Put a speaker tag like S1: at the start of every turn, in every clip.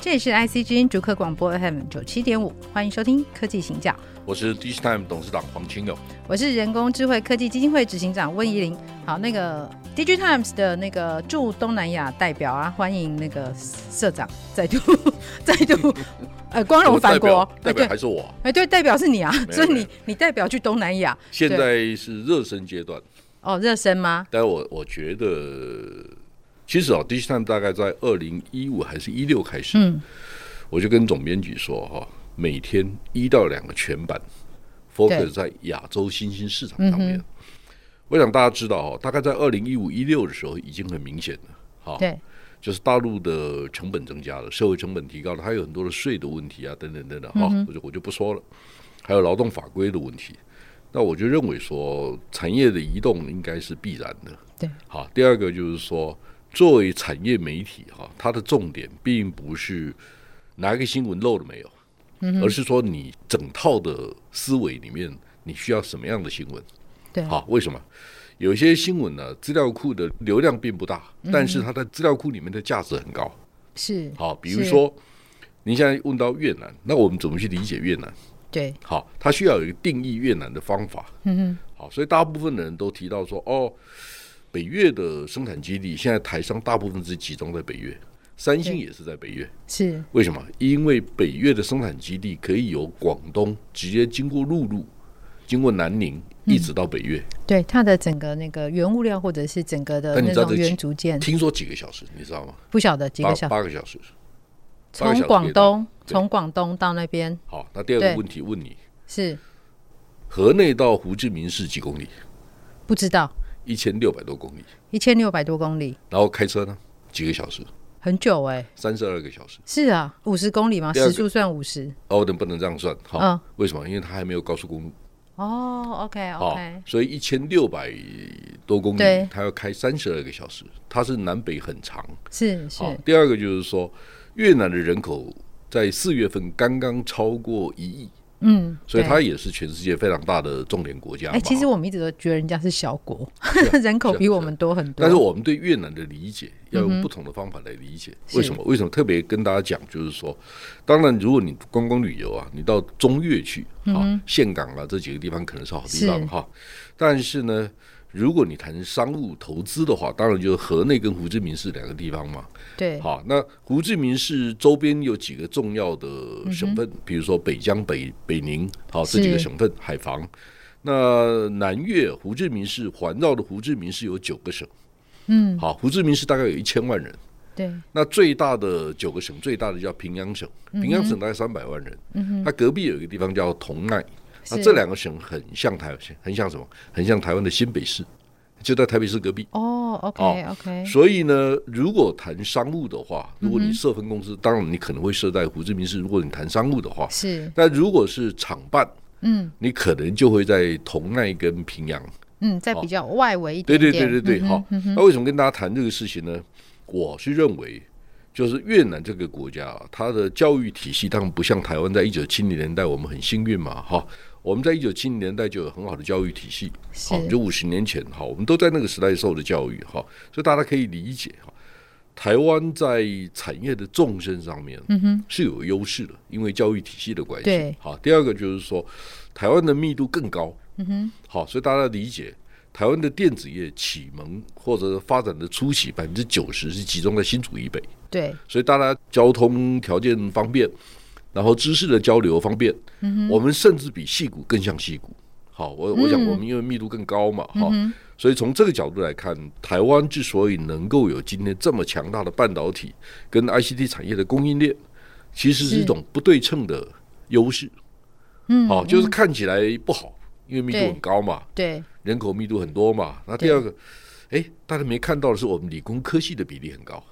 S1: 这里是 IC 之音逐客广播 FM 九七点五，欢迎收听科技行教，
S2: 我是 d i s t i m e 董事长黄清友。
S1: 我是人工智慧科技基金会执行长温怡玲。好，那个 DigiTimes 的那个驻东南亚代表啊，欢迎那个社长再度 再 度呃光荣
S2: 我
S1: 返
S2: 代
S1: 国
S2: 表，
S1: 哎
S2: 代
S1: 对
S2: 表还是我啊，
S1: 哎对，代表是你啊，
S2: 有
S1: 所以
S2: 没
S1: 你
S2: 有
S1: 你代表去东南亚
S2: 现在是热身阶段，
S1: 哦热身吗？
S2: 但我我觉得，其实哦 d i s t i m e 大概在二零一五还是一六开始，
S1: 嗯，
S2: 我就跟总编辑说哈、每天一到两个全版 focus 在亚洲新兴市场
S1: 嗯
S2: 上面。我想大家知道哦，大概在二零一五一六的时候已经很明显了，好、
S1: 对，
S2: 就是大陆的成本增加了，社会成本提高了，还有很多的税的问题啊，等等等等哈、我就我就不说了，还有劳动法规的问题。那我就认为说，产业的移动应该是必然的。
S1: 对，
S2: 好，第二个就是说，作为产业媒体哈、它的重点并不是哪一个新闻漏了没有，而是说你整套的思维里面，你需要什么样的新闻。
S1: 对
S2: 好，为什么？有一些新闻呢，资料库的流量并不大，
S1: 嗯
S2: 但是它在资料库里面的价值很高。
S1: 是
S2: 好，比如
S1: 是
S2: 说，您现在问到越南，那我们怎么去理解越南？
S1: 对，
S2: 好，它需要有一个定义越南的方法。
S1: 嗯哼，
S2: 好，所以大部分的人都提到说，哦，北越的生产基地现在台商大部分是集中在北越，三星
S1: 对
S2: 也是在北越。
S1: 是
S2: 为什么？因为北越的生产基地可以由广东直接经过陆路，经过南宁，
S1: 嗯
S2: 一直到北越。
S1: 对它的整个那个原物料或者是整个的
S2: 但你
S1: 那
S2: 知道
S1: 种
S2: 这
S1: 原
S2: 几
S1: 组件，
S2: 听说几个小时，你知道吗？
S1: 不晓得几
S2: 八
S1: 个小时，
S2: 八个小时。八个小
S1: 从
S2: 时可
S1: 广
S2: 以到
S1: 东
S2: 对
S1: 从广东到那边
S2: 好，那第二
S1: 对
S2: 个问题问你，
S1: 是
S2: 河内到胡志明市几公里？
S1: 不知道
S2: 一千六百多公里，
S1: 一千六百多公里。
S2: 然后开车呢？几个小时？
S1: 很久哎、
S2: 三十二个小时。
S1: 是啊，五十公里吗？
S2: 第二
S1: 时
S2: 个
S1: 速算五十。
S2: 哦，能不能这样算？好，
S1: 嗯
S2: 为什么？因为它还没有高速公路，
S1: 哦，OK
S2: 好
S1: OK，，
S2: 所以一千六百多公
S1: 对
S2: 里，它要开三十二个小时，它是南北很长。
S1: 是是，
S2: 好，第二个就是说，越南的人口在四月份刚刚超过一亿，
S1: 嗯，
S2: 所以
S1: 对
S2: 它也是全世界非常大的重点国家嘛。
S1: 哎、其实
S2: 哈
S1: 我们一直都觉得人家是小国， 人口
S2: 是啊
S1: 比我
S2: 是啊
S1: 们多嗯很多。
S2: 但是我们对越南的理解要用不同的方法来理解。为什么？为什么特别跟大家讲？就是说，当然，如果你观光旅游啊，你到中越去啊，岘港啊这几个地方可能是好地
S1: 嗯是
S2: 方哈。但是呢，如果你谈商务投资的话，当然就是河内跟胡志明市两个地方嘛。
S1: 对，
S2: 好，那胡志明市周边有几个重要的省份，比如说北江、北北宁，好这几个
S1: 嗯是
S2: 省份，海防。那南越胡志明市环绕的胡志明市有九个省，
S1: 嗯，
S2: 好，胡志明市大概有一千万人。
S1: 对，
S2: 那最大的九个省，最大的叫平阳省，
S1: 嗯
S2: 平阳省大概三百万人。嗯、它隔壁有一个地方叫同奈，那
S1: 是
S2: 这两个省很像台，很像什么？很像台湾的新北市，就在台北市隔壁。
S1: 哦，OK OK，嗯
S2: 所以呢，如果谈商务的话，如果你设分公司，当然你可能会设在胡志明市。如果你谈商务的话，
S1: 是，
S2: 但如果是厂办，
S1: 嗯
S2: 你可能就会在同奈跟平阳。
S1: 嗯，在比较外围一
S2: 对
S1: 点
S2: 对
S1: 点，
S2: 对对对，
S1: 嗯哼
S2: 好、那为什么跟大家谈这个事情呢？我是认为，就是越南这个国家啊，它的教育体系当然不像台湾，在一九七零年代我们很幸运嘛，哈、我们在一九七零年代就有很好的教育体系，好，
S1: 是
S2: 就五十年前哈，我们都在那个时代受的教育哈，所以大家可以理解哈。台湾在产业的纵深上面，嗯哼，是有优势的，因为教育体系的关
S1: 对
S2: 系。好，第二个就是说，台湾的密度更高，嗯哼，好，所以大家理解台湾的电子业启蒙或者发展的初期，百分之九十是集中在新竹以北，
S1: 对，
S2: 所以大家交通条件方便，然后知识的交流方便，我们甚至比戏谷更像戏谷。好，我我想我们因为密度更高嘛，哈、所以从这个角度来看，台湾之所以能够有今天这么强大的半导体跟 ICT 产业的供应链，其实
S1: 是
S2: 是一种不对称的优势。嗯，好、就是看起来不好，因为密度
S1: 对
S2: 很高嘛，
S1: 对
S2: 人口密度很多嘛。那第
S1: 对
S2: 二个，哎，大家没看到的是我们理工科系的比例很高，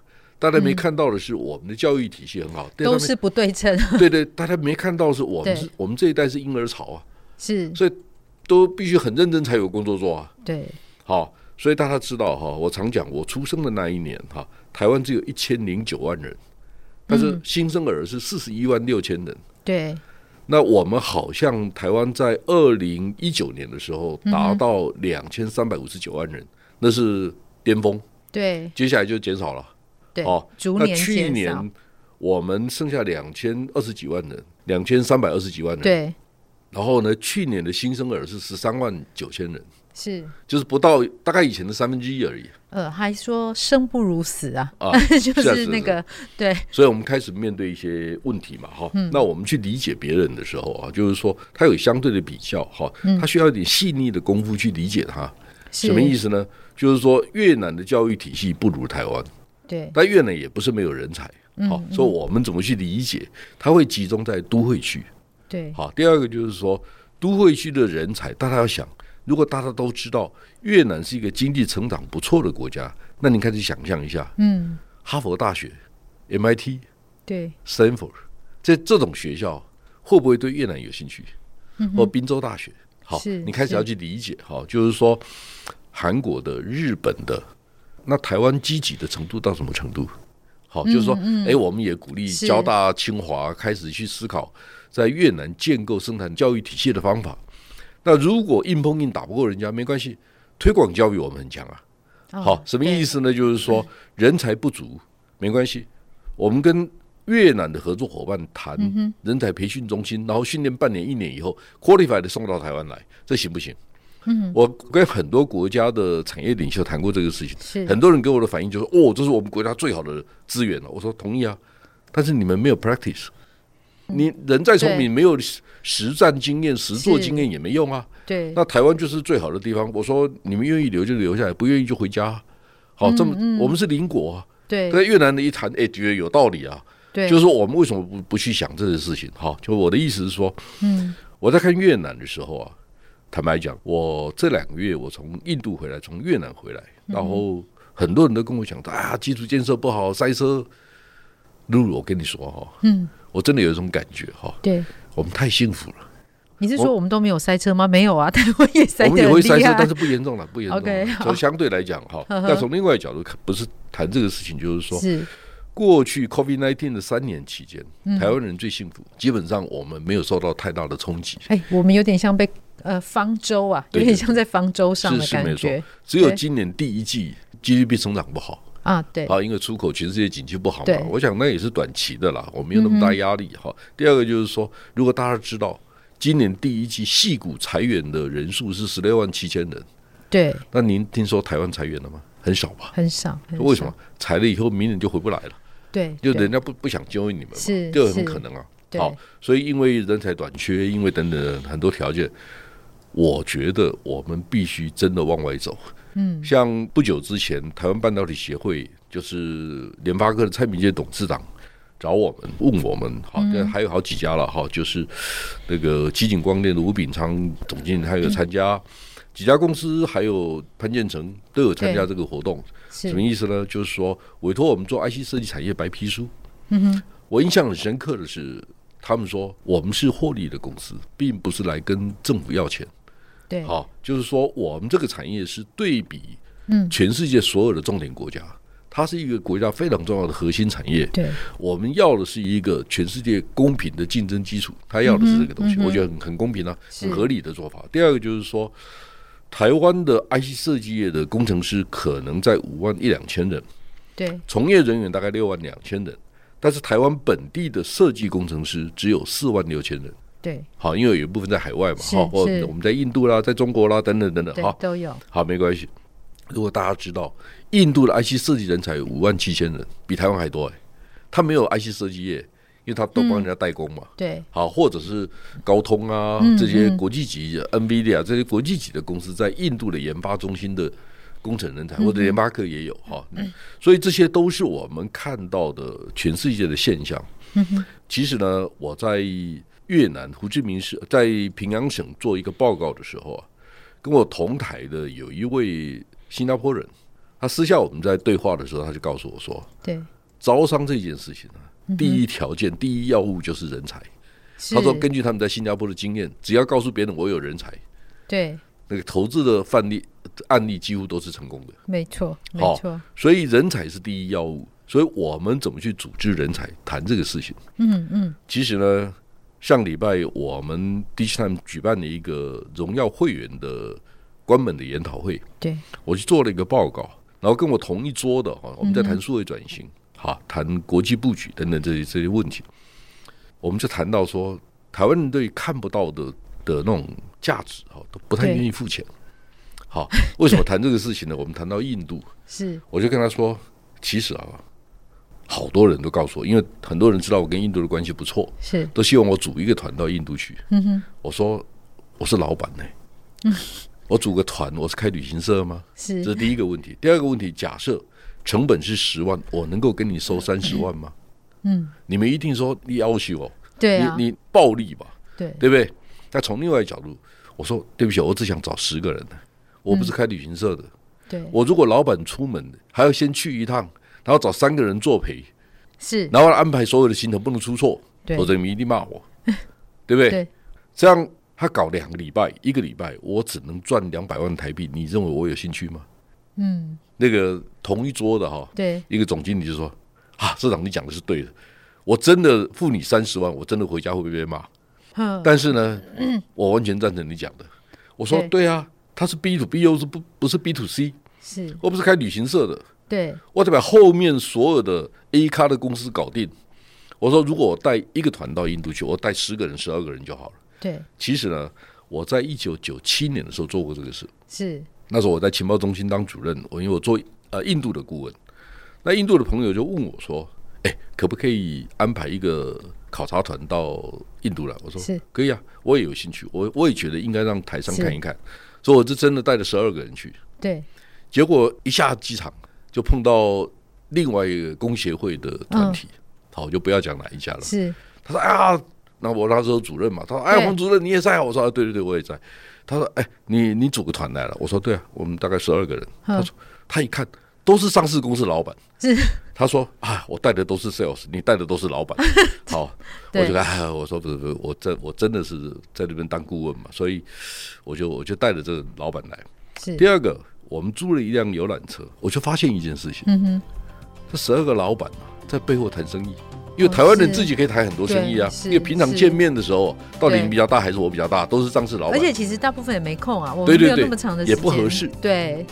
S2: 大家没看到的是我们的教育体系很好，对他
S1: 都
S2: 们
S1: 是不对称，
S2: 对对，大家没看到是我们
S1: 对
S2: 是我们这一代是婴儿潮啊，
S1: 是
S2: 所以都必须很认真才有工作做啊。
S1: 对，
S2: 好，所以大家知道哈，我常讲，我出生的那一年哈，台湾只有一千零九万人，但是
S1: 嗯
S2: 新生儿是四十一万六千人。
S1: 对，
S2: 那我们好像台湾在二零一九年的时候达到两千三百五十九万人，那是巅峰，
S1: 对，
S2: 接下来就减少了。
S1: 对，
S2: 哦，
S1: 逐
S2: 那
S1: 年
S2: 去
S1: 减少，
S2: 年我们剩下两千二十几万人，两千三百二十几万人。
S1: 对，
S2: 然后呢，去年的新生儿是十三万九千人，
S1: 是，
S2: 就是不到大概以前的三分之一而已。
S1: 呃，还说生不如死啊，
S2: 啊
S1: 就是
S2: 啊是啊
S1: 那个，对，
S2: 所以我们开始面对一些问题嘛，哈、
S1: 嗯
S2: 那我们去理解别人的时候啊，就是说他有相对的比较，哈，
S1: 嗯
S2: 他需要一点细腻的功夫去理解他。
S1: 是
S2: 什么意思呢？就是说越南的教育体系不如台湾，
S1: 对，
S2: 但越南也不是没有人才，好、所以我们怎么去理解？它会集中在都会区。
S1: 对，
S2: 好，第二个就是说，都会区的人才，大家要想，如果大家都知道越南是一个经济成长不错的国家，那你开始想象一下，
S1: 嗯，
S2: 哈佛大学、MIT、
S1: 对，
S2: Stanford 这这种学校会不会对越南有兴趣？或滨州大学？好
S1: 嗯是，
S2: 你开始
S1: 是
S2: 要去理解，好，就是说韩国的、日本的，那台湾积极的程度到什么程度？好，就是说，哎、我们也鼓励
S1: 嗯是
S2: 交大、清华开始去思考在越南建构生产教育体系的方法。那如果硬碰硬打不过人家，没关系，推广教育我们很强啊。
S1: 哦
S2: 好，什么意
S1: 对
S2: 思呢？就是说人才不足没关系，我们跟越南的合作伙伴谈
S1: 嗯
S2: 人才培训中心，然后训练半年一年以后，qualified 送到台湾来，这行不行？嗯，我跟很多国家的产业领袖谈过这个事情，
S1: 是
S2: 很多人给我的反应就是，哦，这是我们国家最好的资源了。我说同意啊，但是你们没有 practice，你人再聪
S1: 嗯对
S2: 明，没有实实战经验、实作
S1: 是
S2: 经验也没用啊。
S1: 对，
S2: 那台湾就是最好的地方。我说你们愿意留就留下来，不愿意就回家。好，这么我们是邻国啊。
S1: 嗯对，
S2: 在越南的一谈，哎，觉得有道理啊。
S1: 对，
S2: 就是说我们为什么不不去想这个事情？哈，就我的意思是说，
S1: 嗯，
S2: 我在看越南的时候啊，坦白讲，我这两个月我从印度回来，从越南回来，然后很多人都跟我讲，啊，基础建设不好，塞车。露露，我跟你说哈、
S1: 嗯，
S2: 我真的有一种感觉哈、
S1: 对。
S2: 我们太幸福了。
S1: 你是说我们都没有塞车吗？没有啊，台 湾也塞
S2: 我
S1: 得
S2: 们也
S1: 很
S2: 会
S1: 厉
S2: 塞车，
S1: 害。
S2: 但是不严重了，不严重了。
S1: OK，好
S2: 所以相对来讲哈，
S1: 呵呵
S2: 但从另外一个角度看，不是谈这个事情，就是说，
S1: 是
S2: 过去 COVID-19 的三年期间，
S1: 嗯
S2: 台湾人最幸福，基本上我们没有受到太大的冲击，
S1: 哎、我们有点像被呃方舟啊，有
S2: 对
S1: 点像在方舟上
S2: 是
S1: 的
S2: 是
S1: 感
S2: 没错
S1: 觉。
S2: 只有
S1: 对
S2: 今年第一季 GDP 成长不好
S1: 啊，对，
S2: 啊，因为出口全世界景气不好
S1: 对嗯
S2: 嘛，我想那也是短期的啦，我没有那么大压力哈。第二个就是说，如果大家知道今年第一季戏股裁员的人数是十六万七千人，
S1: 对，
S2: 那您听说台湾裁员了吗？很少吧？
S1: 很少，很少
S2: 为什么？裁了以后，明年就回不来了？
S1: 对，
S2: 就
S1: 嗯对
S2: 人家不不想教育你们
S1: 是
S2: 嘛，这个
S1: 是
S2: 很可能啊。
S1: 对
S2: 好，所以因为人才短缺，因为等等很多条件，我觉得我们必须真的往外走。嗯，像不久之前，台湾半导体协会就是联发科的蔡明介董事长找我们，问我们，好，
S1: 嗯
S2: 但还有好几家了哈，就是那个基景光电的吴炳昌总经理他有参加，
S1: 嗯
S2: 几家公司还有潘建成都有参加这个活动，什么
S1: 是
S2: 意思呢？就是说委托我们做 IC 设计产业白皮书。嗯哼，我印象很深刻的是，他们说我们是获利的公司，并不是来跟政府要钱。
S1: 对，
S2: 好、就是说我们这个产业是对比
S1: 嗯
S2: 全世界所有的重点国家，它是一个国家非常重要的核心产业。
S1: 对，
S2: 我们要的是一个全世界公平的竞争基础，他要的是这个东
S1: 嗯
S2: 西，我觉得很很公平啊，
S1: 是
S2: 很合理的做法。第二个就是说，台湾的 IC 设计业的工程师可能在五万一两千人，
S1: 对，
S2: 从业人员大概六万两千人，但是台湾本地的设计工程师只有四万六千人。
S1: 对，
S2: 好，因为有一部分在海外嘛，
S1: 是
S2: 哈，或
S1: 是
S2: 我们在印度啦，在中国啦，等等等等，
S1: 对
S2: 哈，，
S1: 都有，
S2: 好，没关系。如果大家知道，印度的 IC 设计人才有五万七千人，比台湾还多哎、他没有 IC 设计业，因为他都帮人家代工嘛。
S1: 对，
S2: 好，啊或者是高通啊、
S1: 嗯
S2: 这些国际级的 NVIDIA 这些国际级的公司在印度的研发中心的工程人才，或
S1: 嗯
S2: 者联发科也有哈、嗯所以这些都是我们看到的全世界的现象。
S1: 嗯
S2: 其实呢，我在越南胡志明市在平阳省做一个报告的时候啊，跟我同台的有一位新加坡人，他私下我们在对话的时候，他就告诉我说，
S1: 对，
S2: 招商这件事情啊，
S1: 嗯
S2: 第一条件、第一要务就是人才。
S1: 是
S2: 他说，根据他们在新加坡的经验，只要告诉别人我有人才，
S1: 对，
S2: 那个投资的范例呃案例几乎都是成功的。
S1: 没错，没
S2: 好
S1: 错，
S2: 所以人才是第一要务。所以我们怎么去组织人才，谈这个事情。
S1: 嗯嗯，
S2: 其实呢，上礼拜我们 d i g i t i m e 举办了一个荣耀会员的关门的研讨会，
S1: 对，
S2: 我去做了一个报告，然后跟我同一桌的哦哈，我
S1: 嗯
S2: 们在谈数位转型，好、谈国际布局等等这些这些问题，我们就谈到说，台湾人对看不到的的那种价值哈，都不太
S1: 对
S2: 愿意付钱。好，为什么谈这个事情呢？我们谈到印度，
S1: 是
S2: 我就跟他说，其实啊，好多人都告诉我，因为很多人知道我跟印度的关系不错，
S1: 是，
S2: 都希望我组一个团到印度去。
S1: 嗯哼，嗯
S2: 我说我是老板呢、我组个团，我是开旅行社吗？这是
S1: 是
S2: 第一个问题。第二个问题，假设成本是十万，我能够跟你收三十万吗？
S1: 嗯，
S2: 你们一定说你要求我，
S1: 对啊，
S2: 你你暴力吧，
S1: 对
S2: 对不对？那从另外一个角度，我说对不起，我只想找十个人，我不是开旅行社的。
S1: 嗯对，
S2: 我如果老板出门还要先去一趟，然后找三个人作陪，
S1: 是，
S2: 然后安排所有的行程不能出错，
S1: 对
S2: 否则你们一定骂我，对不对？
S1: 对，
S2: 这样他搞两个礼拜，一个礼拜我只能赚两百万台币，你认为我有兴趣吗？
S1: 嗯，
S2: 那个同一桌的哈、
S1: 对，
S2: 一个总经理就说：“啊，社长你讲的是对的，我真的付你三十万，我真的回家会不会被骂？
S1: 哼，
S2: 但是呢，我完全赞成你讲的。我说
S1: 对
S2: 对啊，他是 B to B 又是不不是 B to C，
S1: 是
S2: 我不是开旅行社的，
S1: 对，
S2: 我得把后面所有的 A 咖的公司搞定。我说，如果我带一个团到印度去，我带十个人、十二个人就好了。
S1: 对，
S2: 其实呢，我在一九九七年的时候做过这个事。
S1: 是，
S2: 那时候我在情报中心当主任，我因为我做呃印度的顾问，那印度的朋友就问我说：“哎，可不可以安排一个考察团到印度来？”我说
S1: 是：“
S2: 可以啊，我也有兴趣，我我也觉得应该让台商
S1: 是
S2: 看一看。”所以我就真的带了十二个人去，
S1: 对，
S2: 结果一下机场就碰到另外一个工协会的团
S1: 嗯
S2: 体，好，我就不要讲哪一家了。
S1: 是，
S2: 他说：“哎呀，那我那时候主任嘛，他说：‘哎，
S1: 对
S2: 黄主任你也在啊？’我说：‘啊对对对，我也在。’他说：‘哎，你你组个团来了？’我说：‘对啊，我们大概十二个人。’他
S1: 嗯
S2: 说：‘他一看都是上市公司老板。’
S1: 是，
S2: 他说：‘啊，我带的都是 sales，你带的都是老 板。’好，我
S1: 对
S2: 就哎，我说不是不是，我真我真的是在那边当顾问嘛，所以我就我就带着这个老板来。
S1: 是，
S2: 第二个，我们租了一辆游览车，我就发现一件事情：
S1: 嗯哼，
S2: 这十二个老板啊，在背后谈生意。因为
S1: 哦
S2: 台湾人
S1: 是
S2: 自己可以谈很多生意啊，
S1: 哦对是
S2: 因为平常
S1: 是
S2: 见面的时候，到底
S1: 对
S2: 你比较大还是我比较大，都是上市老
S1: 而
S2: 板。
S1: 且其实大部分也没空啊，我
S2: 对
S1: 们
S2: 对
S1: 没有
S2: 对
S1: 那么长的时
S2: 也
S1: 间，
S2: 不合适
S1: 对，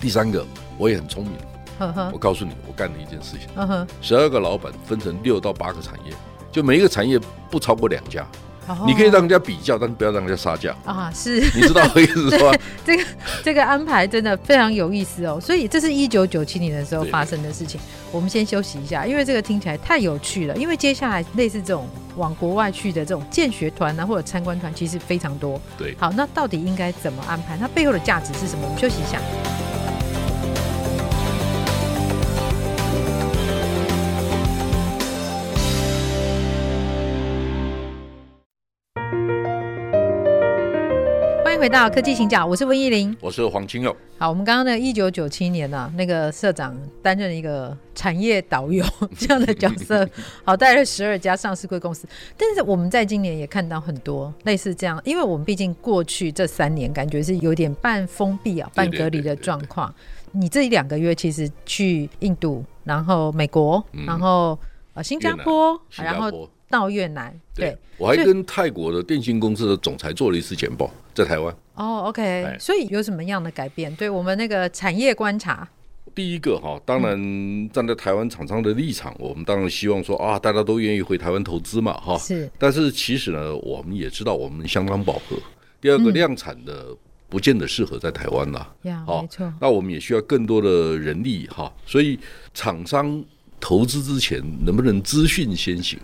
S2: 第三个，我也很聪明，
S1: 呵呵
S2: 我，告诉你，我干了一件事情：
S1: 嗯哼，
S2: 十二个老板分成六到八个产业，就每一个产业不超过两家，
S1: 然后
S2: 你可以让人家比较，但不要让人家杀价。
S1: 啊，是
S2: 你知道我意思 说，
S1: 这个这个安排真的非常有意思哦，所以这是一九九七年的时候
S2: 对
S1: 发生的事情。我们先休息一下，因为这个听起来太有趣了。因为接下来类似这种往国外去的这种见学团啊，或者参观团，其实非常多。
S2: 对
S1: 好，那到底应该怎么安排？它背后的价值是什么？我们休息一下。欢迎回到科技行脚，我是温依玲。
S2: 我是黄清耀，
S1: 好，我们刚刚呢，一九九七年啊，那个社长担任一个产业导游这样的角 色，好，带了十二家上市贵公司。但是我们在今年也看到很多类似这样，因为我们毕竟过去这三年感觉是有点半封闭啊、
S2: 对
S1: 半隔离
S2: 对对
S1: 的
S2: 对
S1: 状况。你这一两个月其实去印度，然后美国，然后呃新加坡，
S2: 嗯新加
S1: 然后
S2: 坡。
S1: 到越南，对。
S2: 对，我还
S1: 所以
S2: 跟泰国的电信公司的总裁做了一次简报，在台湾。
S1: 哦，OK、o
S2: 哎
S1: k 所以有什么样的改变？对我们那个产业观察，
S2: 第一个哈，当然站在台湾厂商的立场，我们当然希望说啊，大家都愿意回台湾投资嘛，哈。
S1: 是
S2: 但是其实呢，我们也知道我们相当饱和。第二个，量产的不见得适合在台湾啦。
S1: 呀
S2: 好
S1: 没错，
S2: 那我们也需要更多的人力哈，所以厂商投资之前能不能资讯先行？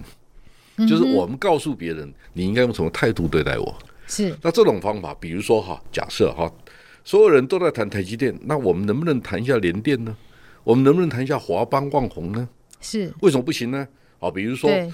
S2: 就是我们告诉别人你应该用什么态度对待我。
S1: 是
S2: 那这种方法，比如说哈，假设哈，所有人都在谈台积电，那我们能不能谈一下联电呢？我们能不能谈一下华邦、旺宏呢？
S1: 是，
S2: 为什么不行呢？好，比如说
S1: 对，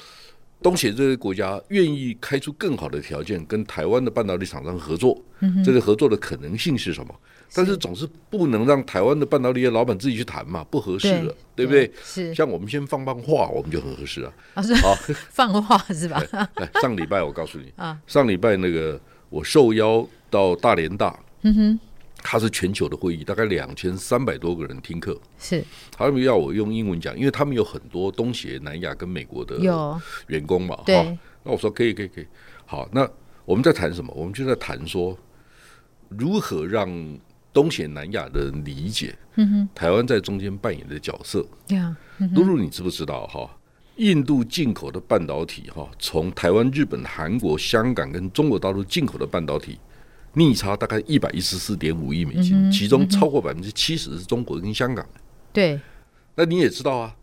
S2: 东协这些国家愿意开出更好的条件，跟台湾的半导体厂商合作，这个合作的可能性是什么？但嗯是总是不能让台湾的半导体的老板自己去谈嘛，不合适了，对不对？
S1: 是
S2: 像我们先放放话，我们就很合适啊。
S1: 老 师
S2: 好，
S1: 放话是吧？
S2: 哎，上礼拜我告诉你
S1: 啊，
S2: 上礼拜那个我受邀到大连大，
S1: 嗯哼，
S2: 它是全球的会议，大概两千三百多个人听课，
S1: 是
S2: 他们要我用英文讲，因为他们有很多东协、南亚跟美国的
S1: 有
S2: 员工嘛，
S1: 对
S2: 哈那我说可以，可以，可以。好，那我们在谈什么？我们就在谈说如何让东协、南亚的人理解，嗯哼，台湾在中间扮演的角色。
S1: 呀，
S2: 露露，你知不知道哈？印度进口的半导体哈，从台湾、日本、韩国、香港跟中国大陆进口的半导体逆差大概一百一十四点五亿美金，
S1: 嗯
S2: 其中超过百分之七十是中国跟香港。
S1: 对，
S2: 那你也知道啊，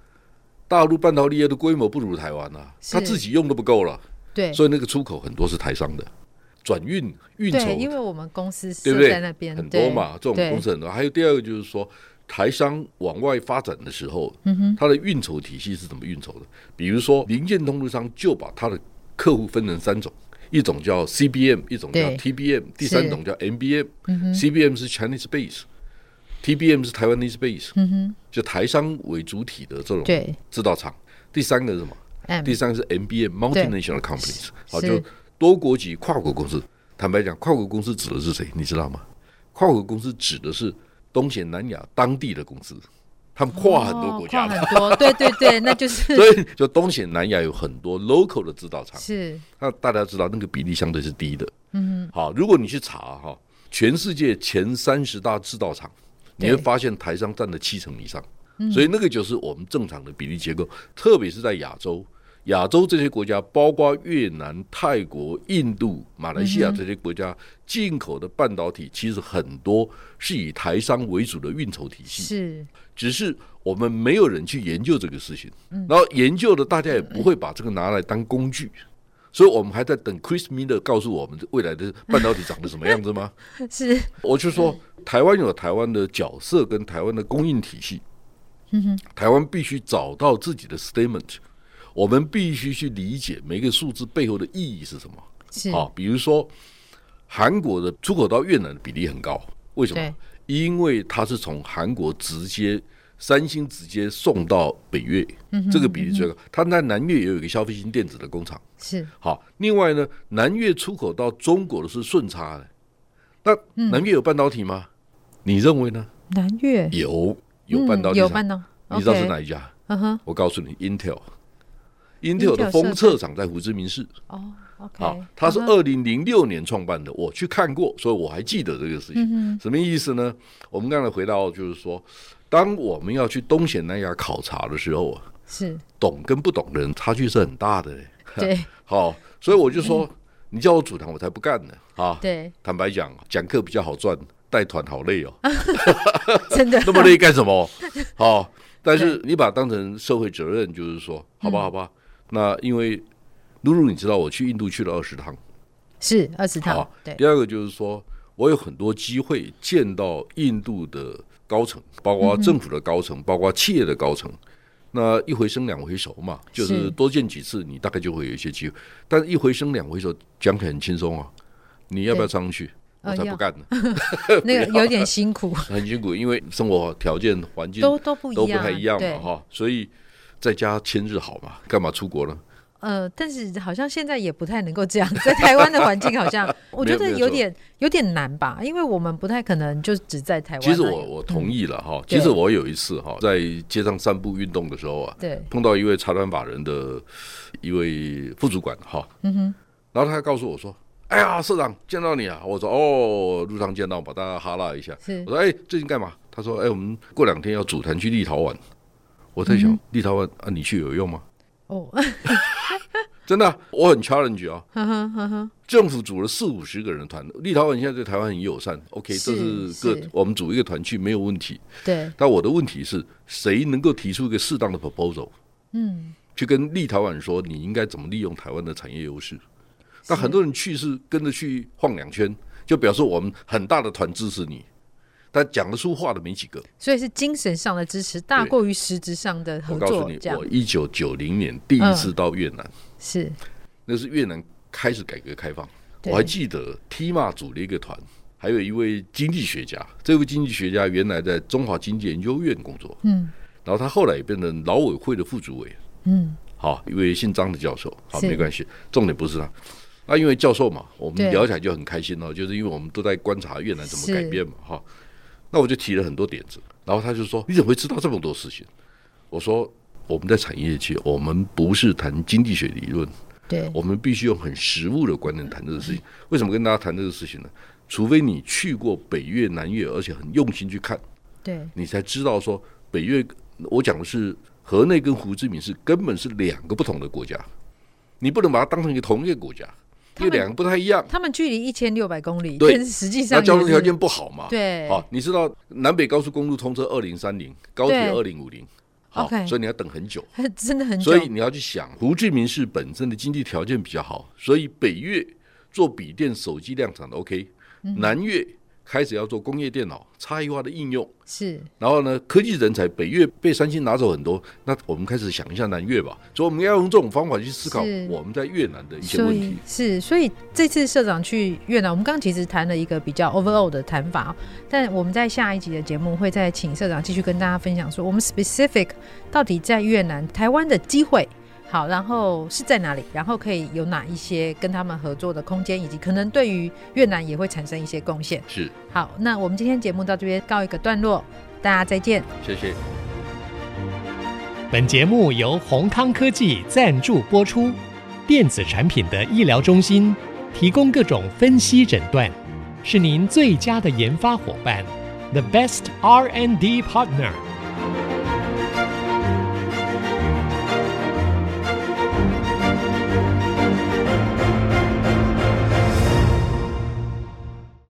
S2: 大陆半导体业的规模不如台湾啊，
S1: 是
S2: 他自己用都不够了，
S1: 对，
S2: 所以那个出口很多是台商的，转运运筹
S1: 对，因为我们公司
S2: 对
S1: 设
S2: 不对
S1: 在那边，
S2: 很
S1: 对
S2: 多嘛，这种
S1: 对
S2: 公司很多。还有第二个就是说，台商往外发展的时候，
S1: 嗯
S2: 它的运筹体系是怎么运筹的？比如说，零件通路商就把它的客户分成三种。一种叫 CBM，一种叫
S1: 对嗯
S2: TBM，第三种叫 MBM。CBM 是 Chinese base，TBM 是 Taiwanese base，、就台商为主体的这种
S1: 嗯对
S2: 制造厂。第三个是什么？
S1: 嗯
S2: 第，三个是 MBM（Multinational Companies），好，
S1: 是
S2: 就多国籍跨国公司。坦白讲，跨国公司指的是谁？你知道吗？跨国公司指的是东协、南亚当地的公司，他们跨很多国家
S1: 哦
S2: 嘛，
S1: 跨很多，对对对，那 就是
S2: 所以就东协、南亚有很多 local 的制造厂。
S1: 是
S2: 嗯那大家知道那个比例相对是低的。嗯，好，如果你去查哈，全世界前三十大制造厂，你会
S1: 对
S2: 发现台商占了七成以上，所以那个就是我们正常的比例结构，特别是在亚洲。亚洲这些国家，包括越南、泰国、印度、马来西亚这些国家，进口的半导体其实很多是以台商为主的运筹体系。
S1: 是
S2: 只是我们没有人去研究这个事情，然后研究的大家也不会把这个拿来当工具，所以我们还在等 Chris Miller 告诉我们未来的半导体长得什么样子吗？
S1: 是
S2: 我就说，台湾有台湾的角色跟台湾的供应体系，台湾必须找到自己的 statement，我们必须去理解每个数字背后的意义是什么。
S1: 是
S2: 好，比如说韩国的出口到越南的比例很高，为什
S1: 对
S2: 么？因为它是从韩国直接三星直接送到北越，
S1: 嗯
S2: 这个比例最高。它在南越也有一个消费性电子的工厂。
S1: 是
S2: 好，另外呢，南越出口到中国的是顺差的，
S1: 嗯
S2: 那南越有半导体吗？你认为呢？
S1: 南越
S2: 有，有
S1: 嗯
S2: 半导体
S1: 有
S2: 厂，
S1: 半导，
S2: 你知道是
S1: OK，
S2: 哪一家？
S1: 嗯哼，
S2: 我告诉你，Intel。
S1: Intel
S2: Intel 的封测厂在胡志明市，
S1: 哦，OK，
S2: 好，它是
S1: 嗯哼
S2: 二零零六年创办的，我去看过，所以我还记得这个事
S1: 嗯
S2: 情。什么意思呢？我们刚才回到就是说，当我们要去东显南亚考察的时候啊，
S1: 是
S2: 懂跟不懂的人差距是很大的、欸。
S1: 对 嗯
S2: 好，所以我就说，你叫我组团，我才不干呢。啊，
S1: 对，
S2: 坦白讲，讲课比较好赚，带团好 累哦，
S1: 真的
S2: 那么累干什么？好，但是你把它当成社会责任，就是说，好
S1: 嗯
S2: 吧，好吧，那因为露露，你知道我去印度去了二十趟。
S1: 是二十
S2: 好
S1: 套，对
S2: 第二个就是说，我有很多机会见到印度的高层，包括政府的高
S1: 嗯
S2: 层，包括企业的高层。那一回生两回熟嘛，就是
S1: 是
S2: 多见几次，你大概就会有一些机会。但是一回生两回熟讲起来很轻松啊，你要不要
S1: 对
S2: 常常去？
S1: 呃
S2: 我才
S1: 要
S2: 不干呢，
S1: 那个有点辛苦，
S2: 很辛苦，因为生活条件环境
S1: 都都不一
S2: 都
S1: 样，
S2: 不太一样
S1: 对
S2: 嘛，哈，所以在家千日好嘛，干嘛出国呢？
S1: 呃，但是好像现在也不太能够这样， 在台湾的环境好 像我觉
S2: 没
S1: 得
S2: 有没有
S1: 有
S2: 错
S1: 点有点难吧，因为我们不太可能就只在台湾而已。嗯
S2: 其实我我同意了哈，其实
S1: 对
S2: 我有一次哈，在街上散步运动的时候啊，
S1: 对
S2: 碰到一位财团法人的一位副主管哈，嗯哼，然后他告诉我说：“哎呀，社长见到你啊！”我说：“哦，路上见到，把大家哈拉一下。
S1: 是”
S2: 我说：“哎，最近干嘛？”他说：“哎，我们过两天要组团去立陶宛。”我在想，立陶宛啊，你去有用吗？
S1: 哦，
S2: 真的啊、我很 challenge 啊、政府组了四五十个人的团，立陶宛现在对台湾很友善，OK，这
S1: 是
S2: 是个
S1: 是
S2: 我们组一个团去没有问题。
S1: 对，
S2: 但我的问题是，谁能够提出一个适当的 proposal，
S1: 嗯，
S2: 去跟立陶宛说你应该怎么利用台湾的产业优势？那很多人去是跟着去晃两圈，就表示我们很大的团支持你。但讲得出话的没几个。
S1: 所以是精神上的支持大过于实质上的合
S2: 我告诉
S1: 作
S2: 你，，
S1: 这样嗯
S2: 我一九九零年第一次到越南，
S1: 是
S2: 那是越南开始改革开放。
S1: 对
S2: 我还记得 t m a 组了一个团，还有一位经济学家。这位经济学家原来在中华经济研究院工作，
S1: 嗯
S2: 然后他后来也变成劳委会的副主委。
S1: 嗯，
S2: 好，一位姓张的教授，好，
S1: 是
S2: 没关系，重点不是他。那因为教授嘛，我
S1: 对
S2: 们聊起来就很开心哦，就是因为我们都在观察越南怎么改
S1: 是
S2: 变嘛，哈。那我就提了很多点子，然后他就说：“你怎么会知道这么多事情？”我说：“我们在产业界，我们不是谈经济学理论，
S1: 对，
S2: 我们必须用很实务的观念谈这个事情。为什么跟大家谈这个事情呢？除非你去过北越、南越，而且很用心去看，
S1: 对，
S2: 你才知道说北越，我讲的是河内跟胡志明市根本是两个不同的国家，你不能把它当成一个同一个国家，
S1: 他
S2: 因
S1: 们
S2: 为两个不太一样。
S1: 他们距离一千六百公里，
S2: 对
S1: 但是实际
S2: 那
S1: 上
S2: 交通
S1: 也
S2: 条
S1: 是
S2: 件不好嘛？
S1: 对
S2: 啊，你知道南北高速公路通车二零三零，高铁二零五零，好
S1: OK，
S2: 所以你要等很久。
S1: 真的很久
S2: 所，以你要去想，胡志明市本身的经济条件比较好，所以北越做笔电、手机量产的 OK，、南
S1: 嗯
S2: 越开始要做工业电脑差异化的应用，
S1: 是
S2: 然后呢，科技人才北越被三星拿走很多，那我们开始想一下南越吧。所以我们要用这种方法去思考
S1: 是
S2: 我们在越南的一些
S1: 所
S2: 问
S1: 以
S2: 题。
S1: 是，所以这次社长去越南，我们刚刚其实谈了一个比较 overall 的谈法哦，但我们在下一集的节目会再请社长继续跟大家分享说，我们 specific 到底在越南、台湾的机会。好，然后是在哪里？然后可以有哪一些跟他们合作的空间，以及可能对于越南也会产生一些贡献。
S2: 是，
S1: 好，那我们今天节目到这边告一个段落，大家再见。
S2: 谢谢。
S3: 本节目由宏康科技赞助播出。电子产品的医疗中心提供各种分析诊断，是您最佳的研发伙伴，the best R&D partner。